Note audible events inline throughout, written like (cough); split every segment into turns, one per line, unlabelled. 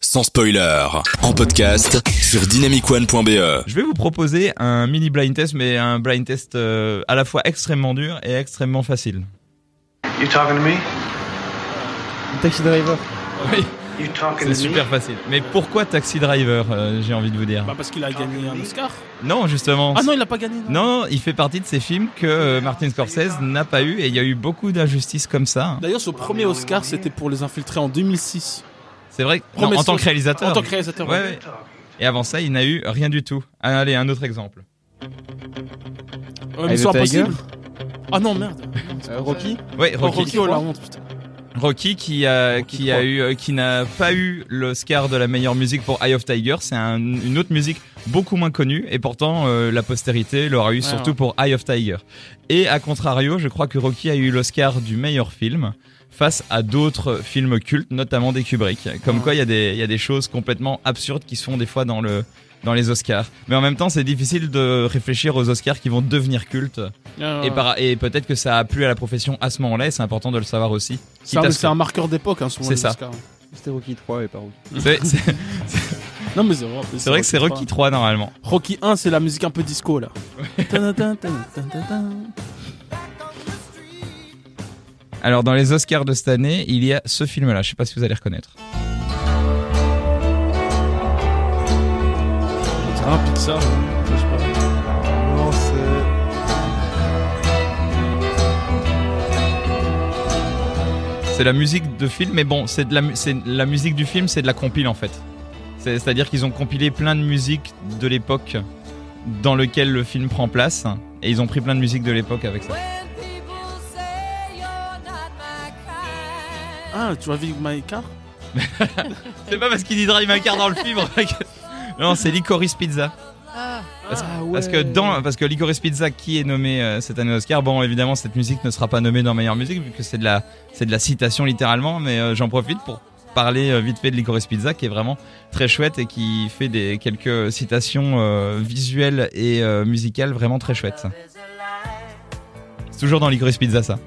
sans spoiler, en podcast sur dynamicone.be.
Je vais vous proposer un mini blind test, mais un blind test euh, à la fois extrêmement dur et extrêmement facile.
You talking to me?
Taxi Driver.
Oui,
You talking
c'est
to
super
me?
facile. Mais pourquoi Taxi Driver, euh, j'ai envie de vous dire
Bah parce qu'il a gagné un Oscar.
Non, justement.
Ah non, il a pas gagné.
Non, il fait partie de ces films que euh, Martin Scorsese n'a pas eu et il y a eu beaucoup d'injustices comme ça.
D'ailleurs, son premier
Ah,
Oscar, c'était pour Les Infiltrés en 2006.
C'est vrai, que- non, en
Promesse-
tant que réalisateur.
En tant que réalisateur.
Ouais, ouais. Et avant ça, il n'a eu rien du tout. Ah, Allez, un autre exemple.
Ouais,
Eye
mais
of
c'est
the Tiger.
impossible. Ah non, merde.
Euh, Rocky.
Ouais,
Oh,
Rocky.
Rocky, oh la honte, putain.
Rocky qui a
Rocky
qui a
trois.
eu euh, qui n'a pas eu l'Oscar de la meilleure musique pour Eye of Tiger, c'est un- une autre musique beaucoup moins connue et pourtant euh, la postérité l'aura eu surtout
ouais.
pour Eye of Tiger. Et à contrario, je crois que Rocky a eu l'Oscar du meilleur film face à d'autres films cultes, notamment des Kubrick. Comme
Ouais.
quoi, il y, a des- il y a des choses complètement absurdes qui se font des fois dans, le, dans les Oscars. Mais en même temps, c'est difficile de réfléchir aux Oscars qui vont devenir cultes.
Ah,
Et,
ouais.
par- et peut-être que ça a plu à la profession à ce moment-là, et c'est important de le savoir aussi.
C'est un-
Quitte à ce
c'est
que-
un marqueur d'époque, hein, souvent.
C'est
les
ça.
Oscars.
C'était Rocky 3 et pas Rocky.
C'est c'est-
Non, mais c'est
c'est vrai que c'est Rocky 3 normalement.
3. Rocky 1, c'est la musique un peu disco là. Tadadin, tadadin, tadadin.
Alors dans les Oscars de cette année, il y a ce film-là, je sais pas si vous allez reconnaître.
On dirait un Pixar. Je sais pas.
Non, c'est.
C'est la musique de film, mais bon, c'est de la, mu- c'est la musique du film, c'est de la compile en fait. C'est- C'est-à-dire qu'ils ont compilé plein de musiques de l'époque dans lequel le film prend place, et ils ont pris plein de musiques de l'époque avec ça.
When people say you're not my kind.
Ah, Driving My Car
C'est pas parce qu'il dit Drive My Car dans le film. (laughs) que- non, c'est Licorice Pizza.
Ah.
Parce, parce que dans, euh, parce que Licorice Pizza qui est nommé euh, cette année Oscar, bon évidemment cette musique ne sera pas nommée dans meilleure musique vu que c'est de la, c'est de la citation littéralement, mais euh, j'en profite pour parler euh, vite fait de Licorice Pizza qui est vraiment très chouette et qui fait des quelques citations euh, visuelles et euh, musicales vraiment très chouettes. C'est toujours dans Licorice Pizza ça.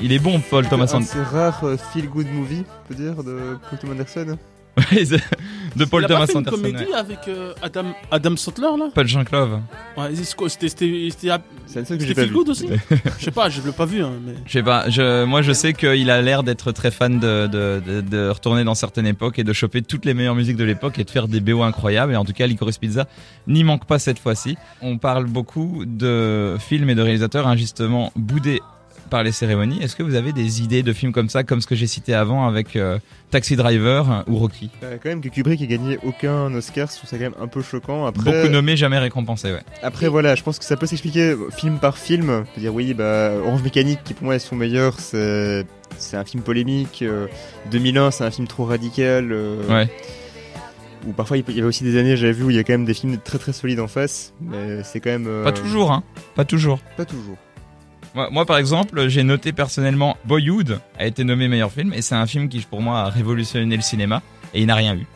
Il est bon Paul Thomas
un
Anderson. (laughs)
de ces rares euh, feel good movie, on peut dire, de Paul Thomas Anderson.
Ouais, de- de Paul
il a
Thomas
pas fait une
Anderson.
comédie
ouais.
avec euh, Adam, Adam Sandler là
Paul Jean Clove.
Ouais, c'est quoi, c'était. C'était. C'était
C'est la seule que j'ai
c'était
pas
Feel
vue.
(laughs)
Good aussi Je sais pas, je l'ai pas vu, hein, mais.
Je sais pas, je, moi je sais qu'il a l'air d'être très fan de, de, de, de retourner dans certaines époques et de choper toutes les meilleures musiques de l'époque et de faire des BO incroyables. Et en tout cas, Licorice Pizza n'y manque pas cette fois-ci. On parle beaucoup de films et de réalisateurs injustement boudés par les cérémonies. Est-ce que vous avez des idées de films comme ça, comme ce que j'ai cité avant avec euh, Taxi Driver ou Rocky
Euh, quand même que Kubrick ait gagné aucun Oscar, je trouve ça quand même un peu choquant. Après,
Beaucoup nommés, jamais récompensés, ouais.
après voilà, je pense que ça peut s'expliquer film par film. On peut dire oui, bah Orange Mécanique, qui pour moi est son meilleur, c'est c'est un film polémique. euh, 2001, c'est un film trop radical. euh,
Ouais.
Ou parfois il peut- il y avait aussi des années, j'avais vu où il y a quand même des films très très solides en face, mais c'est quand même euh,
Pas toujours, hein. Pas toujours.
Pas toujours.
Moi, moi, par exemple, j'ai noté personnellement Boyhood a été nommé meilleur film et c'est un film qui pour moi a révolutionné le cinéma et il n'a rien eu.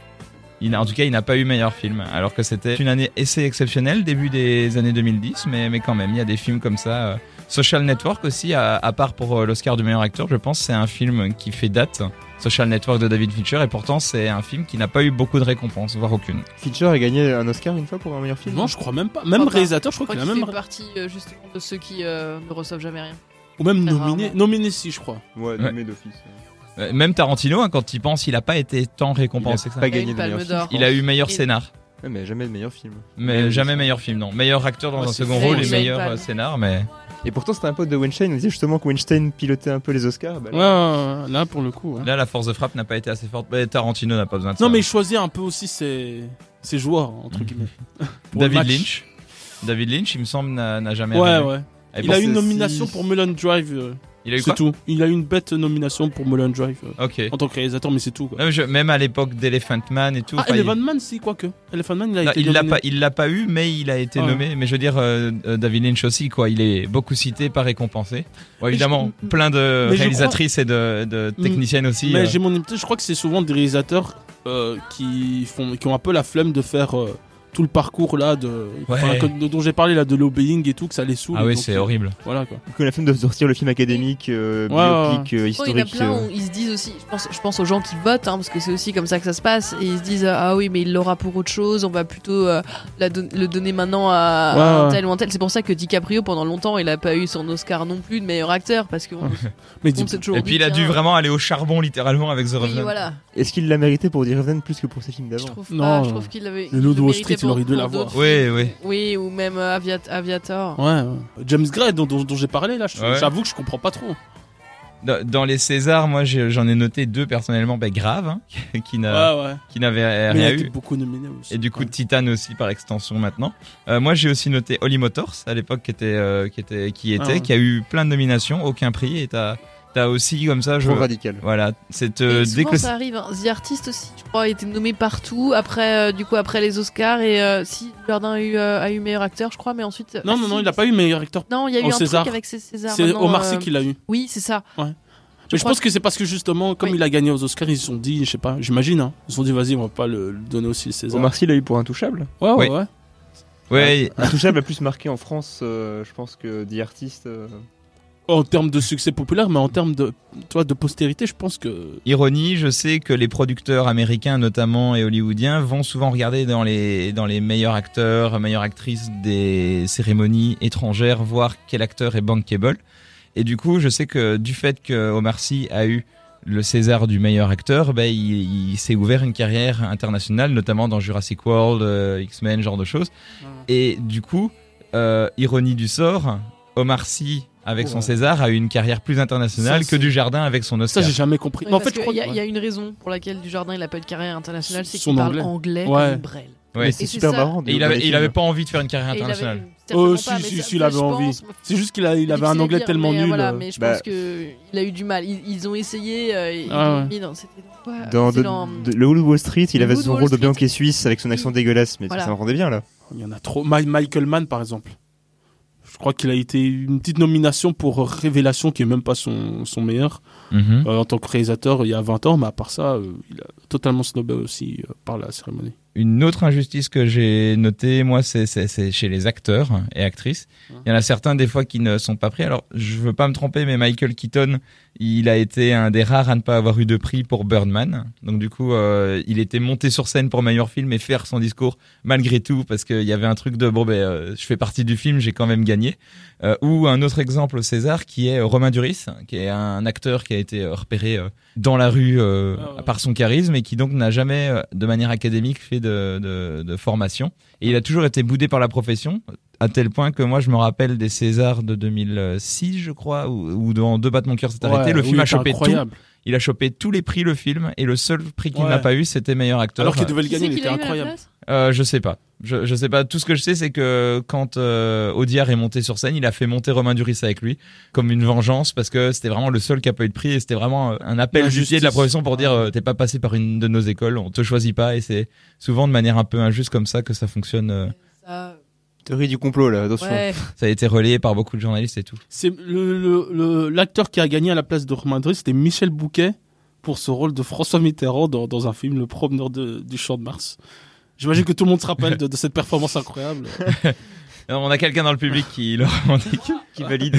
Il n'a- en tout cas, il n'a pas eu meilleur film alors que c'était une année assez exceptionnelle, début des années 2010, mais, mais quand même, il y a des films comme ça. euh. Social Network aussi, à, à part pour euh, l'Oscar du meilleur acteur, je pense c'est un film qui fait date. Social Network de David Fincher et pourtant c'est un film qui n'a pas eu beaucoup de récompenses, voire aucune.
Fincher a gagné un Oscar une fois pour un meilleur film.
Non, je crois même pas. Même
crois pas.
réalisateur, je
Je
crois
crois
qu'il a
qu'il
même.
fait partie euh, justement de ceux qui euh, ne reçoivent jamais rien.
Ou même
Très
nominé.
rarement.
Nominé, si, je crois.
Ouais, nommé d'office.
Euh, Même Tarantino, hein, quand il pense, il n'a pas été tant
Il a
récompensé que ça.
pas
Il a eu
gagné
une
de meilleur
Palme
film.
d'Or.
Il a eu meilleur
Et-
scénar.
Ouais, mais jamais de meilleur film.
Mais
Ouais,
jamais
oui.
meilleur film, non. Meilleur acteur dans
Ouais,
un
c'est
second
vrai,
rôle et
il a
meilleur
une
euh,
palme.
scénar, mais
Et pourtant, c'était un pote de Weinstein. Il disait justement que Weinstein pilotait un peu les Oscars. Bah,
Ouais, ouais, ouais, là, pour le coup. ouais.
là, la force de frappe n'a pas été assez forte. Mais Tarantino n'a pas besoin de ça.
Non, mais il choisit un peu aussi ses, ses joueurs, entre guillemets. Pour le
Mhm. (laughs) David
match.
Lynch. David Lynch, il me semble, n'a n'a jamais.
Ouais,
rien eu.
ouais.
Et
Il
bon,
a eu
c'est-
une nomination
si-
pour Melon Drive. euh,
il a eu
C'est
quoi
tout. Il a eu une bête nomination pour Melon Drive euh,
Ok.
en tant que réalisateur, mais c'est tout. Quoi.
Non, mais je- même à l'époque d'Elephant Man et tout.
Ah,
enfin, il-
Elephant Man, si, quoique. Elephant Man, il a
non,
été
il l'a
nominé.
pas, il l'a pas eu, mais il a été
Ah.
nommé. Mais je veux dire, euh, euh, David Lynch aussi, quoi. Il est beaucoup cité, pas récompensé. Bon,
je-
évidemment, plein de
mais je
réalisatrices et de, de
Mm.
techniciennes aussi.
Mais
euh,
j'ai mon impression, je crois que c'est souvent des réalisateurs euh, qui, font, qui ont un peu la flemme de faire euh, tout le parcours là de,
Ouais.
enfin, que- dont j'ai parlé là de lobbying et tout que ça les saoule.
Ah oui,
donc,
c'est
euh,
horrible.
Voilà quoi.
Que la film doit sortir le film académique, euh,
Ouais, ouais,
biopic, euh,
Oh, il y en a
historique.
plein
euh.
où ils se disent aussi, je pense, je pense aux gens qui votent, hein, parce que c'est aussi comme ça que ça se passe, et ils se disent Ah oui, mais il l'aura pour autre chose, on va plutôt euh, la don- le donner maintenant à, à
Ouais,
un
ouais.
tel ou un tel. C'est pour ça que DiCaprio, pendant longtemps, il a pas eu son Oscar non plus de meilleur acteur, parce qu'on
Mais
on
dis-
s'est toujours
Et
dit,
puis il a dû
euh,
tiens,
vraiment aller au charbon littéralement avec The
Oui,
Revenant.
voilà.
Est-ce qu'il l'a mérité pour dire Revenant plus que pour ses films
Je
d'avant
trouve,
Non.
pas, je trouve qu'il avait.
Le loup de Wall
méritait
Street, il
pour-
aurait dû
pour
l'avoir.
d'autres
Oui,
films.
oui.
Oui, ou même euh, Aviat- Aviator.
Ouais, ouais. James Gray dont, dont- dont j'ai parlé là, je-
Ouais.
j'avoue que je comprends pas trop.
Dans, dans les Césars, moi j'ai- j'en ai noté deux personnellement ben, graves hein, (laughs) qui n'a-
ouais, ouais.
qui n'avaient
Mais il a
rien
été
eu.
beaucoup nominé aussi.
Et du coup,
Ouais.
Titan aussi par extension maintenant. Euh, moi, j'ai aussi noté Holly Motors à l'époque qui était, euh, qui était, qui était,
Ah ouais.
qui a eu plein de nominations, aucun prix. Et t'as, t'as aussi comme ça, je,
Trop radical.
voilà, cette euh,
Et
dès
souvent,
que
ça arrive. hein. The Artist aussi, je crois, a été nommé partout. Après, euh, du coup, après les Oscars et euh, si Jardin a eu, euh, a eu meilleur acteur, je crois, mais ensuite.
Non,
ah,
non,
si,
non, il a pas eu meilleur acteur.
Non, il y a eu
Au
un
César.
truc avec ces Césars.
C'est
maintenant,
Omar
euh,
Sy qui l'a eu.
Oui, c'est ça.
Mais je
crois
pense que c'est parce que justement, comme
Oui.
il a gagné aux Oscars, ils se sont dit, je sais pas, j'imagine, hein, ils se sont dit, vas-y, on va pas le, le donner aussi César.
Omar Sy l'a eu pour Intouchable.
Ouais, ouais,
Oui.
ouais.
ouais,
Intouchable a plus marqué en France, euh, je pense, que des artistes. euh,
En termes de succès populaire, mais en termes de, toi, de postérité, je pense que.
Ironie, je sais que les producteurs américains notamment et hollywoodiens vont souvent regarder dans les, dans les meilleurs acteurs, meilleures actrices des cérémonies étrangères, voir quel acteur est bankable. Et du coup, je sais que du fait que Omar Sy a eu le César du meilleur acteur, ben il, il s'est ouvert une carrière internationale, notamment dans Jurassic World, euh, X-Men, genre de choses. Et du coup, euh, ironie du sort, Omar Sy avec son
Ouais.
César a eu une carrière plus internationale
Ça,
que
c'est-
du jardin avec son
Ça,
Oscar.
j'ai jamais compris.
Oui,
mais en
parce
fait, je
que
crois.
il y, a- il y
ouais.
a une raison pour laquelle Dujardin il n'a pas eu de carrière internationale, c'est
Son
qu'il parle
anglais.
anglais,
Ouais.
comme Brel.
Ouais.
Mais c'est
Et c'est
super
ça.
marrant. de-
Et il
dans
avait,
les
il avait
films.
pas envie de faire une carrière
Et il
internationale.
avait- certainement
Oh,
pas,
si,
mais
si,
ça-
s'il avait
je
envie.
pense-
C'est juste qu'il a, il avait un
Difficile à
anglais
dire,
tellement
mais, euh,
nul.
voilà,
euh.
mais je
Bah-
pense qu'il a eu du mal. Ils, ils ont essayé. euh, et ils
Ah
l'ont
ouais.
mis dans- c'était dans quoi
hein. Dans,
Euh, C'est
de-
dans-
de- le Hollywood Wall Street, il
Le
avait
Loup de
son
Wall
rôle de
Street.
banquier suisse avec son accent dégueulasse, mais ça-
Voilà.
ça me rendait bien là.
Il y en a trop. Ma- Michael Mann, par exemple. Je crois qu'il a été une petite nomination pour Révélation, qui est même pas son, son meilleur
Mhm.
euh, en tant que réalisateur il y a 20 ans, mais à part ça, euh, il a totalement snobé aussi euh, par la cérémonie.
Une autre injustice que j'ai notée, moi, c'est- c'est c'est chez les acteurs et actrices. Il y en a certains, des fois, qui ne sont pas pris. Alors, je veux pas me tromper, mais Michael Keaton, il a été un des rares à ne pas avoir eu de prix pour Birdman. Donc, du coup, euh, il était monté sur scène pour meilleur film et faire son discours malgré tout, parce qu'il y avait un truc de, bon, ben, euh, je fais partie du film, j'ai quand même gagné. Euh, ou un autre exemple au César, qui est euh, Romain Duris, qui est un acteur qui a été euh, repéré euh, dans la rue euh,
Ah ouais.
par son charisme et qui donc n'a jamais euh, de manière académique fait de, de- de formation. Et il a toujours été boudé par la profession, à tel point que moi je me rappelle des Césars de 2006, je crois, où, où dans Deux battements de mon cœur s'est arrêté,
Ouais,
le
oui,
film a
c'est
chopé tout.
incroyable.
Il a chopé tous les prix, le film, et le seul prix qu'il
Ouais.
n'a pas eu, c'était meilleur acteur.
Alors qu'il devait le
Qui
gagner,
c'est
il
qui
était
l'a eu à la
incroyable.
place
Euh, je sais pas. Je, je sais pas. Tout ce que je sais, c'est que quand euh, Audiard est monté sur scène, il a fait monter Romain Duris avec lui comme une vengeance parce que c'était vraiment le seul qui a pas eu de prix et c'était vraiment euh, un appel
L'injustice.
justifié de la profession pour dire
Ouais.
euh, t'es pas passé par une de nos écoles, on te choisit pas et c'est souvent de manière un peu injuste comme ça que ça fonctionne. euh.
Ça-
Théorie du complot là, attention.
Ouais.
Ça a été relayé par beaucoup de journalistes et tout.
C'est le- le- le- l'acteur qui a gagné à la place de Romain Duris, c'était Michel Bouquet pour ce rôle de François Mitterrand dans, dans un film Le Promeneur de- du Champ de Mars. J'imagine que tout le monde se rappelle de, de cette performance incroyable.
Alors, on a quelqu'un dans le public qui le revendique,
(laughs)
qui valide.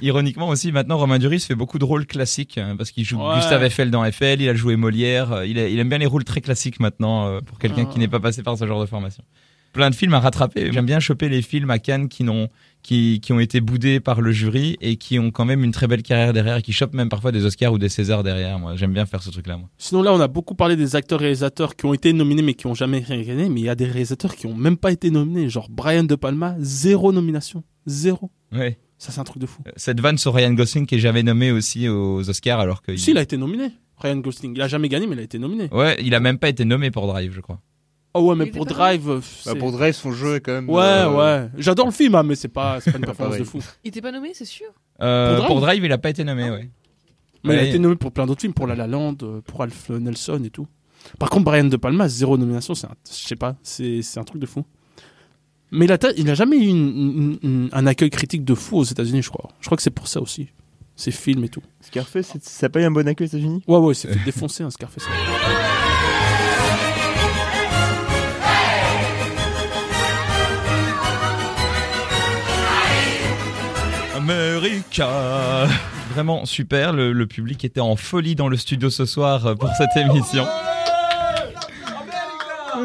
Ironiquement aussi, maintenant, Romain Duris fait beaucoup de rôles classiques hein, parce qu'il joue
Ouais.
Gustave Eiffel dans Eiffel, il a joué Molière, euh, il, a- il aime bien les rôles très classiques maintenant euh, pour quelqu'un
Ah.
qui n'est pas passé par ce genre de formation. Plein de films à rattraper. J'aime bien choper les films à Cannes qui, n'ont, qui, qui ont été boudés par le jury et qui ont quand même une très belle carrière derrière et qui chopent même parfois des Oscars ou des Césars derrière. Moi, j'aime bien faire ce truc-là. Moi.
Sinon là, on a beaucoup parlé des acteurs et réalisateurs qui ont été nominés mais qui ont jamais rien gagné, mais il y a des réalisateurs qui ont même pas été nominés, genre Brian De Palma, zéro nomination, zéro.
Ouais.
Ça c'est un truc de fou.
Euh, Cette vanne sur Ryan Gosling qui est jamais nommé aussi aux Oscars alors que.
Si, il a été nominé. Ryan Gosling, il a jamais gagné mais il a été nominé.
Ouais, il a même pas été nommé pour Drive, je crois.
Oh ouais, mais
Il était
pour
pas
Drive, euh,
Bah,
c'est-
pour Drive, son jeu est quand même.
Ouais,
euh, Ah,
ouais. J'adore le film, hein, mais c'est pas,
(laughs)
c'est pas une performance
pareil.
de fou.
Il était pas nommé, c'est sûr.
Euh,
Pour Drive Ah
pour Drive, il a pas été nommé, ouais.
Mais il a
Ouais.
été nommé pour plein d'autres films, pour La La Land, euh, pour Alf Nelson et tout. Par contre, Brian De Palma, zéro nomination, c'est un, je sais pas, c'est c'est un truc de fou. Mais il a, ta- il a jamais eu une- une- une- un accueil critique de fou aux États-Unis, je crois. Je crois que c'est pour ça aussi. Ses films et tout.
Scarface, c'est- ça a pas eu un bon accueil aux États-Unis
Ouais, ouais,
(laughs)
c'est fait défoncer hein, un Scarface.
America. Vraiment super, le, le public était en folie dans le studio ce soir euh, pour cette émission.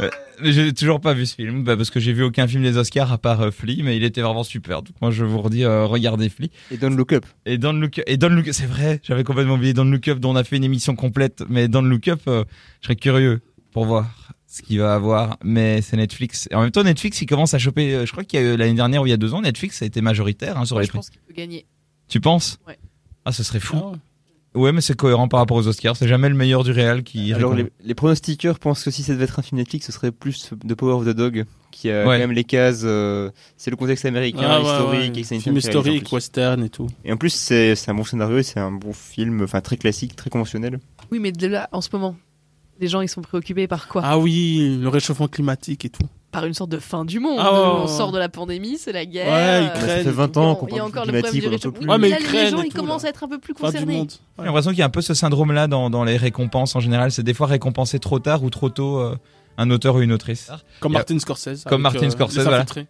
Euh, J'ai toujours pas vu ce film, bah, parce que j'ai vu aucun film des Oscars à part euh, Flea, mais il était vraiment super. Donc moi je vous redis, euh, regardez Flea.
Et Don't Look Up.
Et Don't Look et Don't Look c'est vrai, j'avais complètement oublié Don't Look Up dont on a fait une émission complète, mais Don't Look Up, euh, je serais curieux pour voir ce qu'il va avoir, mais c'est Netflix. Et en même temps, Netflix, il commence à choper, euh, je crois qu'il y a eu l'année dernière ou il y a deux ans, Netflix a été majoritaire hein, sur
Moi,
les
je
prix.
pense qu'il peut gagner.
Tu penses
Ouais.
Ah, ce serait fou.
Ah ouais.
Ouais, mais c'est cohérent par rapport aux Oscars, c'est jamais le meilleur du réel qui...
Alors,
récompte.
les, les pronostiqueurs pensent que si ça devait être un film Netflix, ce serait plus de Power of the Dog, qui a
Ouais.
quand même les cases. euh, c'est le contexte américain,
Ah ouais,
historique,
ouais.
et que c'est une
film
qui est réalisée en
historique,
plus.
western et tout.
Et en plus, c'est c'est un bon scénario, et c'est un bon film, enfin très classique, très conventionnel.
Oui, mais de là, en ce moment, les gens ils sont préoccupés par quoi
Ah oui, le réchauffement climatique et tout.
Par une sorte de fin du monde.
Ah, ouais, ouais,
on
ouais.
sort de la pandémie, c'est la guerre.
Ouais, ils
euh,
Bah,
craignent.
ça fait
il
20
y a-
ans qu'on
il y a
parle de
encore le
climatique,
problème
on n'en
du
peut
réchauffement.
plus.
Ouais, Ah, mais
là,
ils
les
craignent
gens
et
ils
tout,
commencent
là.
à être un peu plus
Fin du
concernés.
monde.
J'ai l'impression qu'il y a un peu ce syndrome-là dans, dans les récompenses en général, c'est des fois récompensé trop tard ou trop tôt euh, un auteur ou une autrice. Il
Comme
y a-
Martin Scorsese. euh,
Comme Martin
les
Scorsese, voilà.
infiltrés.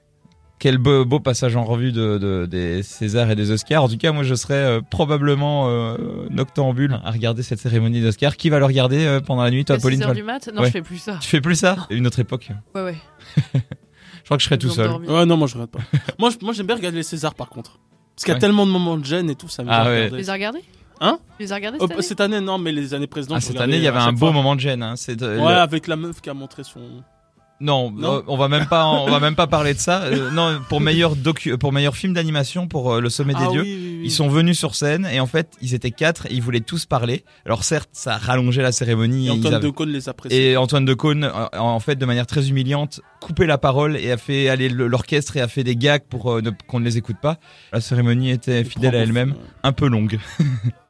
Quel beau, beau passage en revue de, de- des Césars et des Oscars. En tout cas, moi, je serais euh, probablement euh, noctambule à regarder cette cérémonie d'Oscars. Qui va le regarder euh, pendant la nuit Toi,
À
Pauline
6
tu
heures
vas-
du mat Non,
Ouais.
je fais plus ça.
Tu fais plus ça Une autre époque.
Ouais, ouais.
Je crois que je serais tout seul.
Endormi.
Ouais, non, moi je regarde
(laughs)
pas. moi, je- moi j'aime bien regarder les Césars par contre. Parce qu'il y a
Ouais.
tellement de moments de gêne et tout, ça me
Ah
fait
ouais.
regarder.
Tu les as regardés
Hein
Tu les as regardés
Oh,
cette
bah,
année
cette année, non, mais les années précédentes.
Ah,
je
cette
regardais
année, il y
à
avait
chaque
un beau
fois.
moment de gêne. hein. C'est, euh,
Ouais,
le-
avec la meuf qui a montré son.
Non,
Non.
euh, on va même pas, on va même pas parler de ça. Euh, non, pour meilleur docu, pour meilleur film d'animation, pour euh, le sommet des
Ah
dieux.
oui, oui, oui.
Ils sont venus sur scène et en fait, ils étaient quatre et ils voulaient tous parler. Alors certes, ça rallongeait la cérémonie.
Et
ils
Antoine
avaient-
de Caunes les apprécie.
Et Antoine de Caunes, euh, en fait, de manière très humiliante, coupait la parole et a fait aller le- l'orchestre et a fait des gags pour euh, ne- qu'on ne les écoute pas. La cérémonie était fidèle à elle-même, un peu longue.